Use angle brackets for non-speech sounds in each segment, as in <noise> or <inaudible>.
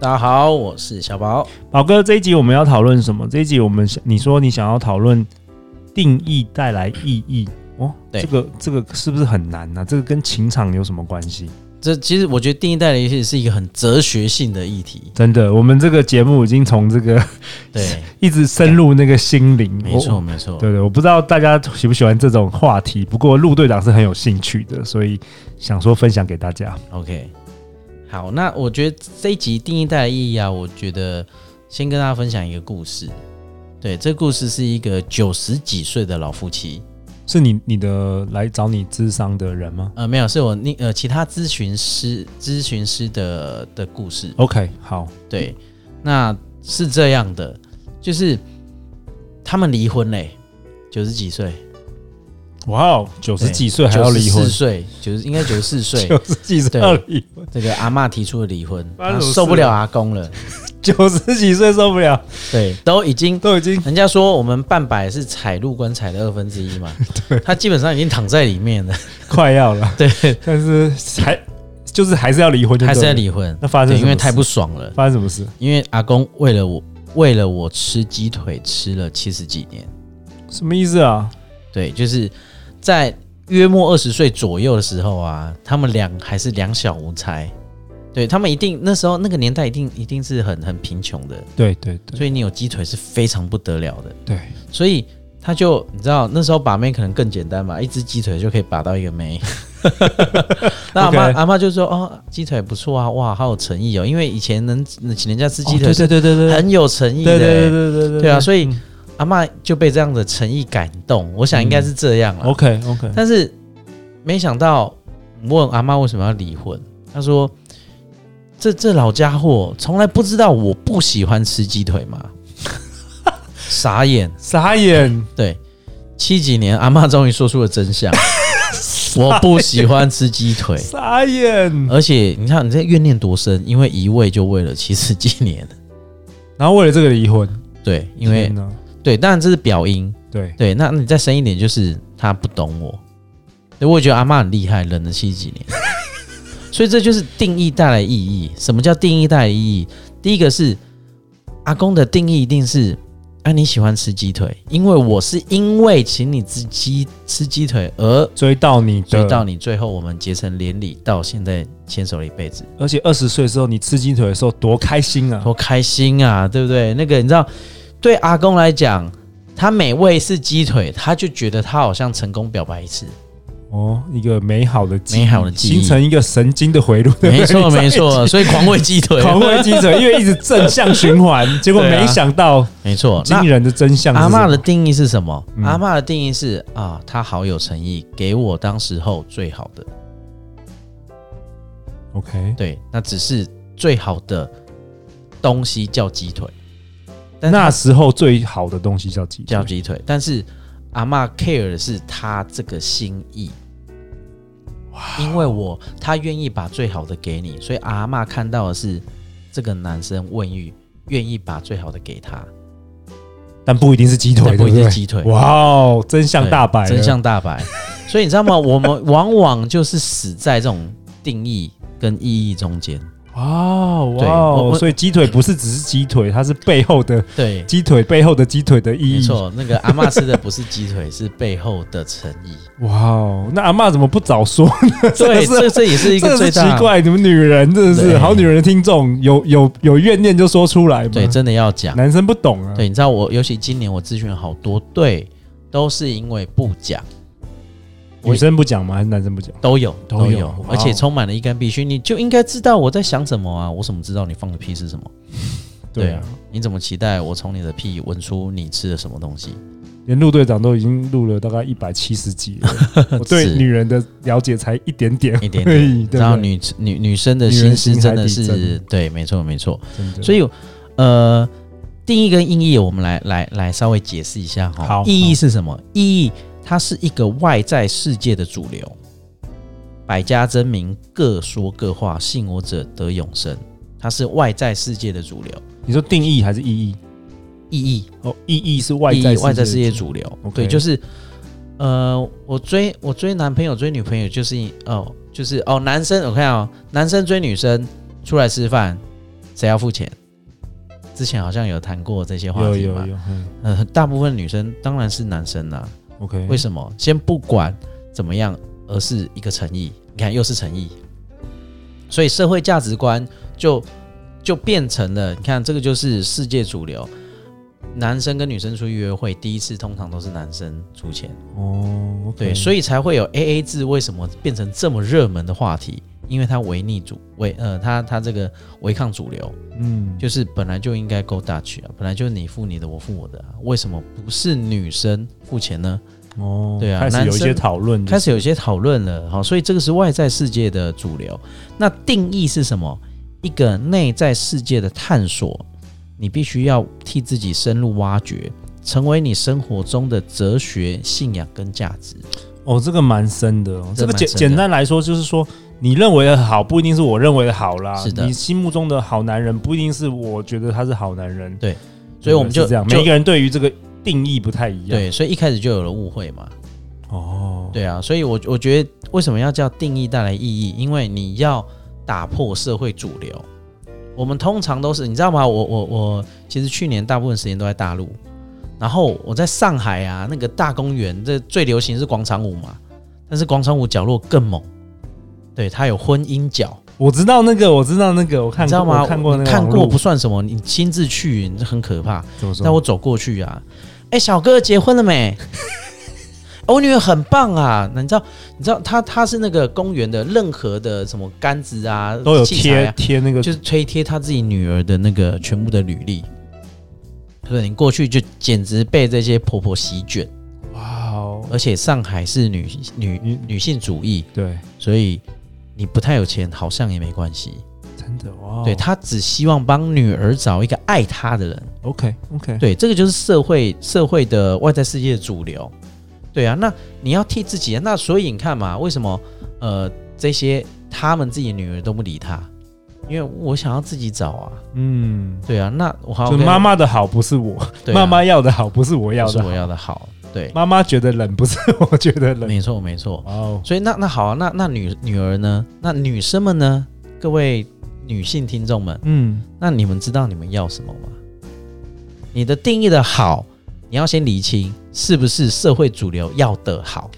大家好，我是小宝。宝哥，这一集我们要讨论什么？这一集我们想你说你想要讨论定义带来意义哦，对这个这个是不是很难呢、啊这个跟情场有什么关系？这其实我觉得定义代理是一个很哲学性的议题，真的，我们这个节目已经从这个 <laughs> 对，一直深入那个心灵，没我错没错，哦对对，我不知道大家喜不喜欢这种话题，不过陆队长是很有兴趣的，所以想说分享给大家。 OK，好，那我觉得这一集定义带来意义啊，我觉得先跟大家分享一个故事。对，这故事是一个九十几岁的老夫妻，是你你的来找你智商的人吗呃，没有，是我那呃其他咨询师咨询师的的故事。 ？OK，好，对，那是这样的，就是他们离婚嘞，九十几岁，哇哦，九十几岁还要离婚四，岁，九十应该九十四 <laughs> 岁，九十几岁要离婚，这个阿嬷提出了离婚，发生她什么受不事了阿公了，九十几岁受不了，对，都已经都已经人家说我们半百是踩入棺材的二分之 <laughs> 一嘛，他基本上已经躺在里面了，快要了，对，但是还就是还是要离婚就对了，还是要离婚，那发生对，什因么为太事不爽了，发生什么事？因为阿公为了我，为了我吃鸡腿吃了七十几年，什么意思啊？对，就是在约莫二十岁左右的时候啊，他们俩还是两小无猜。对他们一定那时候那个年代一定一定是很很贫穷的，对对对所以你有鸡腿是非常不得了的。对，所以他就你知道那时候把妹可能更简单嘛，一只鸡腿就可以把到一个妹。 <laughs> 那阿妈 OK 阿妈就说哦，鸡腿不错啊，哇，好有诚意哦，因为以前能请人家吃鸡哦腿对是对对对对很有诚意对的、对对对对对对啊，所以阿妈就被这样的诚意感动，我想应嗯该是这样了。 OK OK，但是没想到问阿妈为什么要离婚，她说。这这老家伙从来不知道我不喜欢吃鸡腿吗？ <laughs> 傻眼，傻眼，对，七几年阿嬷终于说出了 <laughs> 真相，我不喜欢吃鸡腿，傻眼，而且你看你这怨念多深，因为一位就为了七十几年，然后为了这个离婚，对，因为天哪对，当然这是表音，对对，那你再深一点就是他不懂我，对，我也觉得阿嬷很厉害，忍了七十几年， <laughs> 所以这就是定义带来意义。什么叫定义带来意义？第一个是阿公的定义一定是。啊，你喜欢吃鸡腿，因为我是因为请你吃鸡吃鸡腿而追到你的，所以到你最后我们结成连理，到现在牵手了一辈子，而且二十岁的时候你吃鸡腿的时候多开心啊！多开心啊，对不对？那个你知道，对阿公来讲，他每喂一次鸡腿，他就觉得他好像成功表白一次。哦，一个美好的记忆，美好的记忆形成一个神经的回路，对不对没错，你在没错，所以狂喂鸡腿，狂喂鸡腿，因为一直正向循 <laughs> 环，结果对啊没想到没错。那惊人的真相是阿什么。嬷的定义是什么？嗯阿嬷的定义是啊，他好有诚意，给我当时候最好的。 OK，对，那只是最好的东西叫鸡腿，但是那时候最好的东西叫鸡叫腿，鸡腿，但是阿嬷 care 的是他这个心意。因为我他愿意把最好的给你，所以阿嬷看到的是这个男生问欲愿意把最好的给他，但不一定是鸡腿，但不一定对是对鸡腿哇哦，真相大白了，真相大白。 <laughs> 所以你知道吗？我们往往就是死在这种定义跟意义 <laughs> 中间。哇哦哇对我哦，我所以鸡腿不是只是鸡腿，它是背后的对，鸡腿背后的鸡腿的意没义。错，那个阿嬷吃的不是鸡腿，是背后的诚 <laughs> 意。哇哦，那阿嬷怎么不早 <laughs> 说呢？真的对，是这这也是一真的个最是奇大怪，你们女人真的是对好女人的听众，有有有怨念就说出来嘛。对，真的要讲。男生不懂啊。对，你知道我，尤其今年我咨询了好多对，都是因为不讲，女生不讲吗？还是男生不讲？都有都有哇哦而且充满了一干必须，你就应该知道我在想什么啊！我怎么知道你放的屁是什么？对啊，，你怎么期待我从你的屁闻出你吃的什么东西？连陆队长都已经录了大概一百七十集了， <laughs> 我对是女人的了解才一点点一点而点。已，对然后不对？女女女生的女人心思心真海的底是针对，没错没错。真的所以呃，定义跟意义，我们来来来稍微解释一下哈。好意义是什么？意义它是一个外在世界的主流，百家争鸣，各说各话，信我者得永生。它是外在世界的主流，你说定义还是意义？意义哦，意义是外意在义外在世界主主流。 OK 对，就是呃，我追我追男朋友追女朋友，就是哦，就是哦，男生我看哦，男生追女生出来吃饭，谁要付钱？之前好像有谈过这些话有题有嘛？有嗯呃，大部分女生当然是男生啦、 ，OK，为什么？先不管怎么样，而是一个诚意。你看，又是诚意，所以社会价值观就就变成了，你看这个就是世界主流。男生跟女生出去约会，第一次通常都是男生出钱，哦，OK，对，所以才会有 A A 制。为什么变成这么热门的话题？因为它违逆主违呃，它它这个违抗主流，嗯，就是本来就应该 go Dutch 啊，本来就是你付你的，我付我的、啊，为什么不是女生付钱呢？哦，对啊开始有一些男生讨论，开始有一些讨论了，好，所以这个是外在世界的主流。那定义是什么？一个内在世界的探索，你必须要替自己深入挖掘，成为你生活中的哲学、信仰跟价值。哦，这个蛮深的、哦。这这个蛮简深的简单来说，就是说，你认为的好，不一定是我认为的好啦。是的你心目中的好男人，不一定是我觉得他是好男人。对所以我们就是这样，就每一个人对于这个定义不太一样。，对，所以一开始就有了误会嘛。哦，对啊，所以我我觉得为什么要叫定义带来意义？因为你要打破社会主流。我们通常都是，你知道吗？我我我，其实去年大部分时间都在大陆，然后我在上海啊，那个大公园，这最流行是广场舞嘛，但是广场舞角落更猛，对，它有婚姻角，我知道那个，我知道那个，我看过你知道吗？我看过那你个看网过络，不算什么，你亲自去，你这很可怕。怎么说？那我走过去啊，哎、小哥结婚了没？ <laughs> 哦我女儿很棒啊！那你知道，你知道她她是那个公园的任何的什么杆子啊，都有器材贴啊，贴那个，就是推贴她自己女儿的那个全部的履历。对，你过去就简直被这些婆婆席卷，哇哦，而且上海是女女女性主义，对，所以你不太有钱好像也没关系。真的哇哦，对她只希望帮女儿找一个爱她的人。 ，OK OK，对，这个就是社会社会的外在世界的主流。对啊，那你要替自己啊，那所以你看嘛，为什么呃这些他们自己的女儿都不理他？因为我想要自己找啊。嗯，对啊，那我好就像妈妈的好不是我，对啊妈妈要的好不是我要不是的好我，要的好，对，妈妈觉得冷不是我觉得冷，没错没错。哇哦，所以那那好啊，那那女女儿呢？那女生们呢？各位女性听众们，嗯。那你们知道你们要什么吗？你的定义的好，你要先厘清是不是社会主流要的好。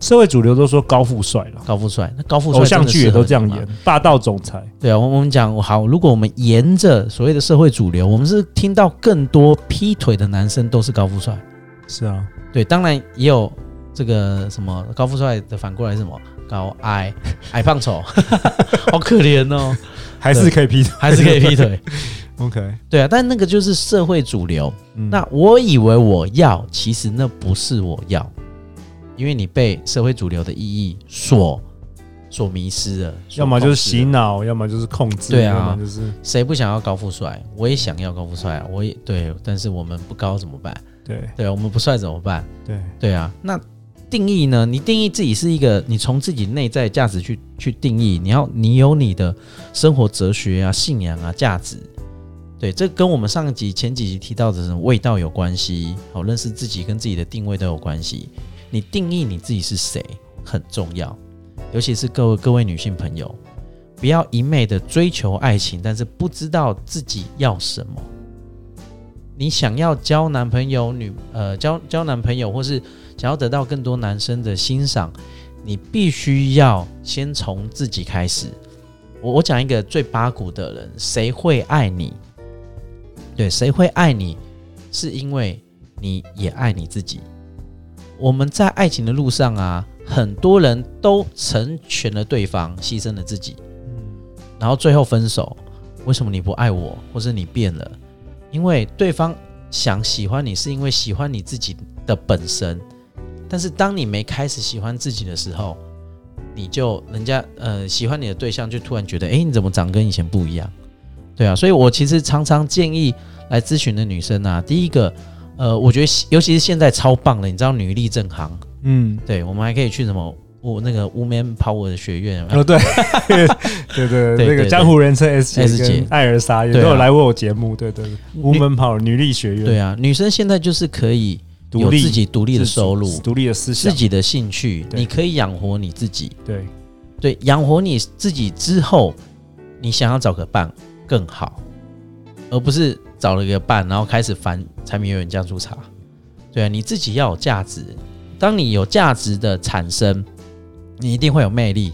社会主流都说高富帅了，高富帅，那高富帅偶像真的剧也适合都这样你吗演。，霸道总裁。对啊，我我们讲好，如果我们沿着所谓的社会主流，我们是听到更多劈腿的男生都是高富帅。是啊，对，当然也有这个什么高富帅的反过来是什么高矮 <laughs> 矮胖丑，好可怜哦，还是可以劈腿。还是可以劈腿。 <laughs> OK，对啊，但那个就是社会主流。嗯那我以为我要，其实那不是我要，因为你被社会主流的意义所所迷失了，所要么就是控制了洗脑，要么就是控制，对啊要么就是谁不想要高富帅？我也想要高富帅啊！我也对，但是我们不高怎么办？对对，啊我们不帅怎么办？对，对啊，那定义呢？你定义自己是一个，你从自己内在价值去去定义，你要你有你的生活哲学啊、信仰啊、价值。对，这跟我们上一集、前几集提到的什么味道有关系，好，认识自己跟自己的定位都有关系。你定义你自己是谁很重要，尤其是各位各位女性朋友，不要一昧的追求爱情，但是不知道自己要什么。你想要交男朋友、女呃交交男朋友，或是想要得到更多男生的欣赏，你必须要先从自己开始。我我讲一个最八股的人，谁会爱你？对，谁会爱你？是因为你也爱你自己。我们在爱情的路上啊，很多人都成全了对方，牺牲了自己，然后最后分手。为什么你不爱我，或是你变了？因为对方想喜欢你，是因为喜欢你自己的本身。但是当你没开始喜欢自己的时候，你就人家呃喜欢你的对象就突然觉得，诶，你怎么长跟以前不一样？对啊，所以我其实常常建议来咨询的女生啊，第一个，呃，我觉得尤其是现在超棒的，你知道女力正行，嗯，对我们还可以去什么我那个 Woman Power 的学院，啊 <laughs> 哦对，对对对，对那个对江湖人称 S S 姐姐跟艾尔莎也都对啊有来过我节目，对对对，Woman Power 女力学院，对啊，女生现在就是可以独有立自己独立的自主收入，独立的思自想，己的兴趣，对你可以养活你自己。对，对，养活你自己之后，你想要找个伴更好，而不是找了个伴，然后开始烦柴米油盐酱醋茶。对啊，你自己要有价值。当你有价值的产生，你一定会有魅力。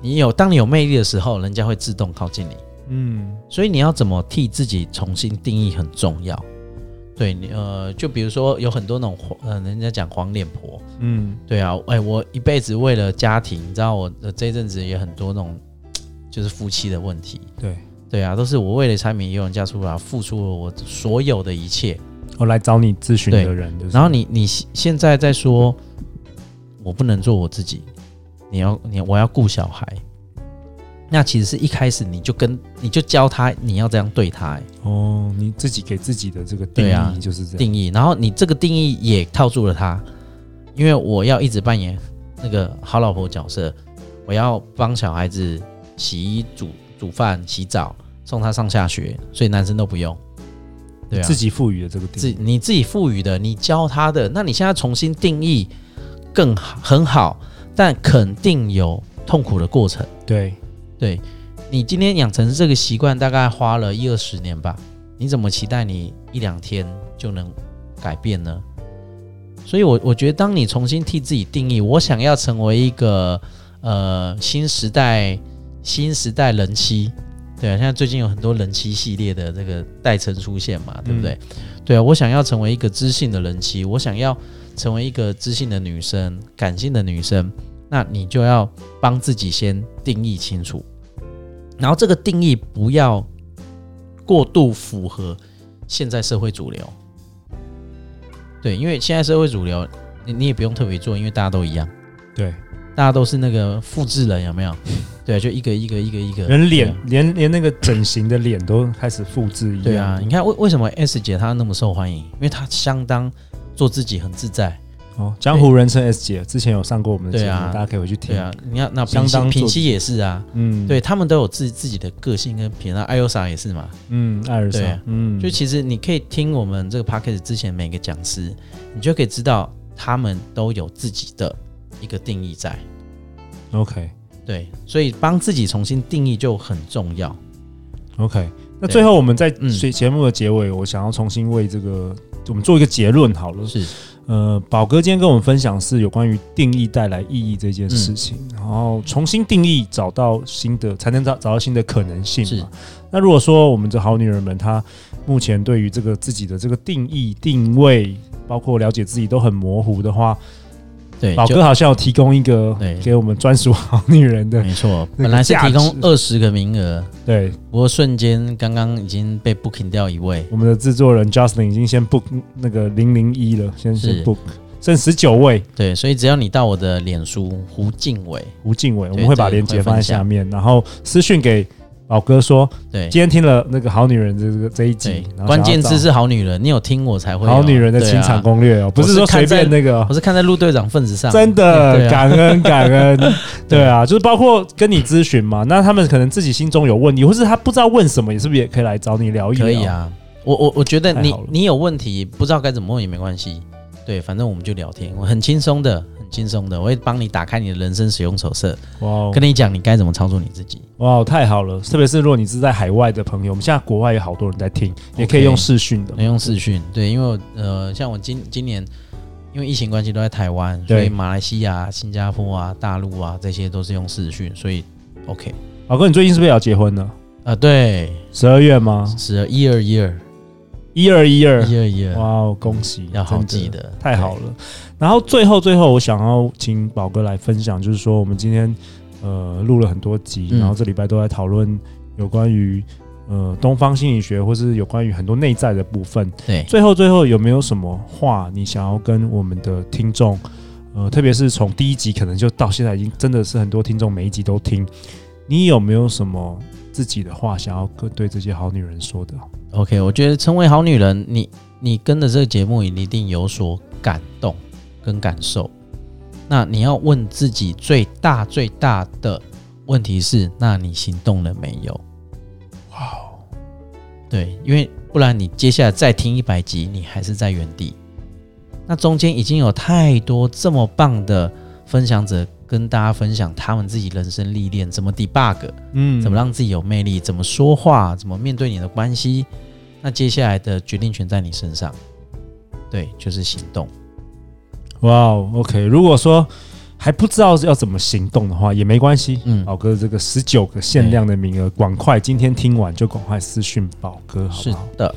你有，当你有魅力的时候，人家会自动靠近你。嗯，所以你要怎么替自己重新定义很重要。对你呃，就比如说有很多那种黄呃，人家讲黄脸婆，嗯，对啊，哎、我一辈子为了家庭，你知道我呃这一阵子也很多那种就是夫妻的问题，对，对啊，都是我为了柴米油盐酱醋茶付出了我所有的一切，我哦来找你咨询的对人，就是然后你你现现在在说，我不能做我自己，你要你我要顾小孩，那其实是一开始你就跟你就教他你要这样对他、哎哦，你自己给自己的这个定对啊义就是这样，定义，然后你这个定义也套住了他，因为我要一直扮演那个好老婆角色，我要帮小孩子洗衣、煮煮饭、洗澡，送他上下学，所以男生都不用。对啊，自己赋予的这个定自义，你自己赋予的，你教他的，那你现在重新定义更好，很好，但肯定有痛苦的过程。对，对你今天养成这个习惯，大概花了一二十年吧。你怎么期待你一两天就能改变呢？所以我，我觉得，当你重新替自己定义，我想要成为一个呃新时代新时代人妻，对啊，现在最近有很多人妻系列的这个代称出现嘛，对不对？对啊，我想要成为一个知性的人妻，我想要成为一个知性的女生，感性的女生，那你就要帮自己先定义清楚，然后这个定义不要过度符合现在社会主流。对，因为现在社会主流，你你也不用特别做，因为大家都一样，对，大家都是那个复制人，有 <laughs> 没有？对，就一个一个一个一个人对啊脸连连那个整形的脸都开始复制一对啊，样，你看为为什么 S 姐她那么受欢迎？因为她相当做自己，很自在。哦，江湖人称 S 姐之前有上过我们的节对目，啊大家可以回去听对，啊，你看那相平当西做平西也是啊，嗯，对他们都有自自己的个性跟品味。艾优莎也是嘛，嗯，艾尔莎对啊，嗯，就其实你可以听我们这个 p o d c a s t 之前每个讲师，你就可以知道他们都有自己的一个定义在。 OK 对，所以帮自己重新定义就很重要。 OK。那对最后我们在嗯节节目的结尾，我想要重新为这个我们做一个结论好了。是，呃，宝哥今天跟我们分享是有关于定义带来意义这件事情，嗯然后重新定义，找到新的，才能找找到新的可能性是嘛。那如果说我们这好女人们，她目前对于这个自己的这个定义、定位，包括了解自己都很模糊的话，对，宝就哥好像有提供一个对给我们专属好女人的，没错，那个本来是价提供值二十个名额，对不过瞬间刚刚已经被 booking 掉一位。我们的制作人 Justin 已经先 book 那个零零一了，先是是 book，剩十九位对，所以只要你到我的脸书胡静伟，吴敬伟，我们对会把这个链接会放在分享下面，然后私讯给宝哥说，对今天听了那个好女人这个这一对集，然后想要，关键字找是好女人，你有听我才会有好女人的对情场啊攻略哦，不是我是说随看在便那个哦我。是看在陆队长份子上，真对的啊感恩 <laughs> 感恩，对啊，就是包括跟你咨询嘛，那他们可能自己心中有问题，或是他不知道问什么，也是不是也可以来找你聊一聊？可以，啊。我我我觉得太你好了你有问题不知道该怎么问也没关系，对，反正我们就聊天，我很轻松的，很轻松的，我会帮你打开你的人生使用手册，哇哦，跟你讲你该怎么操作你自己。哇，太好了！特别是如果你是在海外的朋友，我们现在国外有好多人在听，也可以 OK 用视讯的。能用视讯，对，因为我呃，像我今今年因为疫情关系都在台湾，所对以马来西亚、新加坡啊、大陆啊这些都是用视讯，所以 OK 老哥，你最近是不是也要结婚了？啊、对，十二月吗？是一二一二一二一二，一二一二，哇哦，恭喜！要好真记得，太好对。了。然后最后最后，我想要请宝哥来分享，就是说我们今天呃录了很多集，嗯然后这礼拜都在讨论有关于。呃东方心理学，或是有关于很多内在的部分。对，最后最后有没有什么话你想要跟我们的听众？呃，特别是从第一集可能就到现在，已经真的是很多听众每一集都听。你有没有什么自己的话想要跟对这些好女人说的？ OK，我觉得成为好女人，你你跟着这个节目，你一定有所感动跟感受。那你要问自己最大最大的问题是：那你行动了没有？哇哦，对，因为不然你接下来再听一百集，你还是在原地。那中间已经有太多这么棒的分享者跟大家分享他们自己人生历练，怎么 debug，嗯怎么让自己有魅力，怎么说话，怎么面对你的关系。那接下来的决定权在你身上，对，就是行动。哇哦，OK。如果说还不知道要怎么行动的话，也没关系。嗯，老哥，这个十九个限量的名额，赶快今天听完就赶快私讯宝哥，好不是好？的，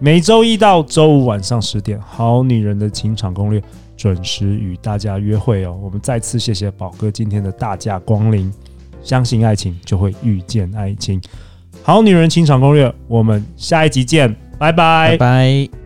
每周一到周五晚上十点，《好女人的情场攻略》准时与大家约会哦。我们再次谢谢宝哥今天的大驾光临，相信爱情就会遇见爱情，《好女人情场攻略》，我们下一集见，拜拜拜拜。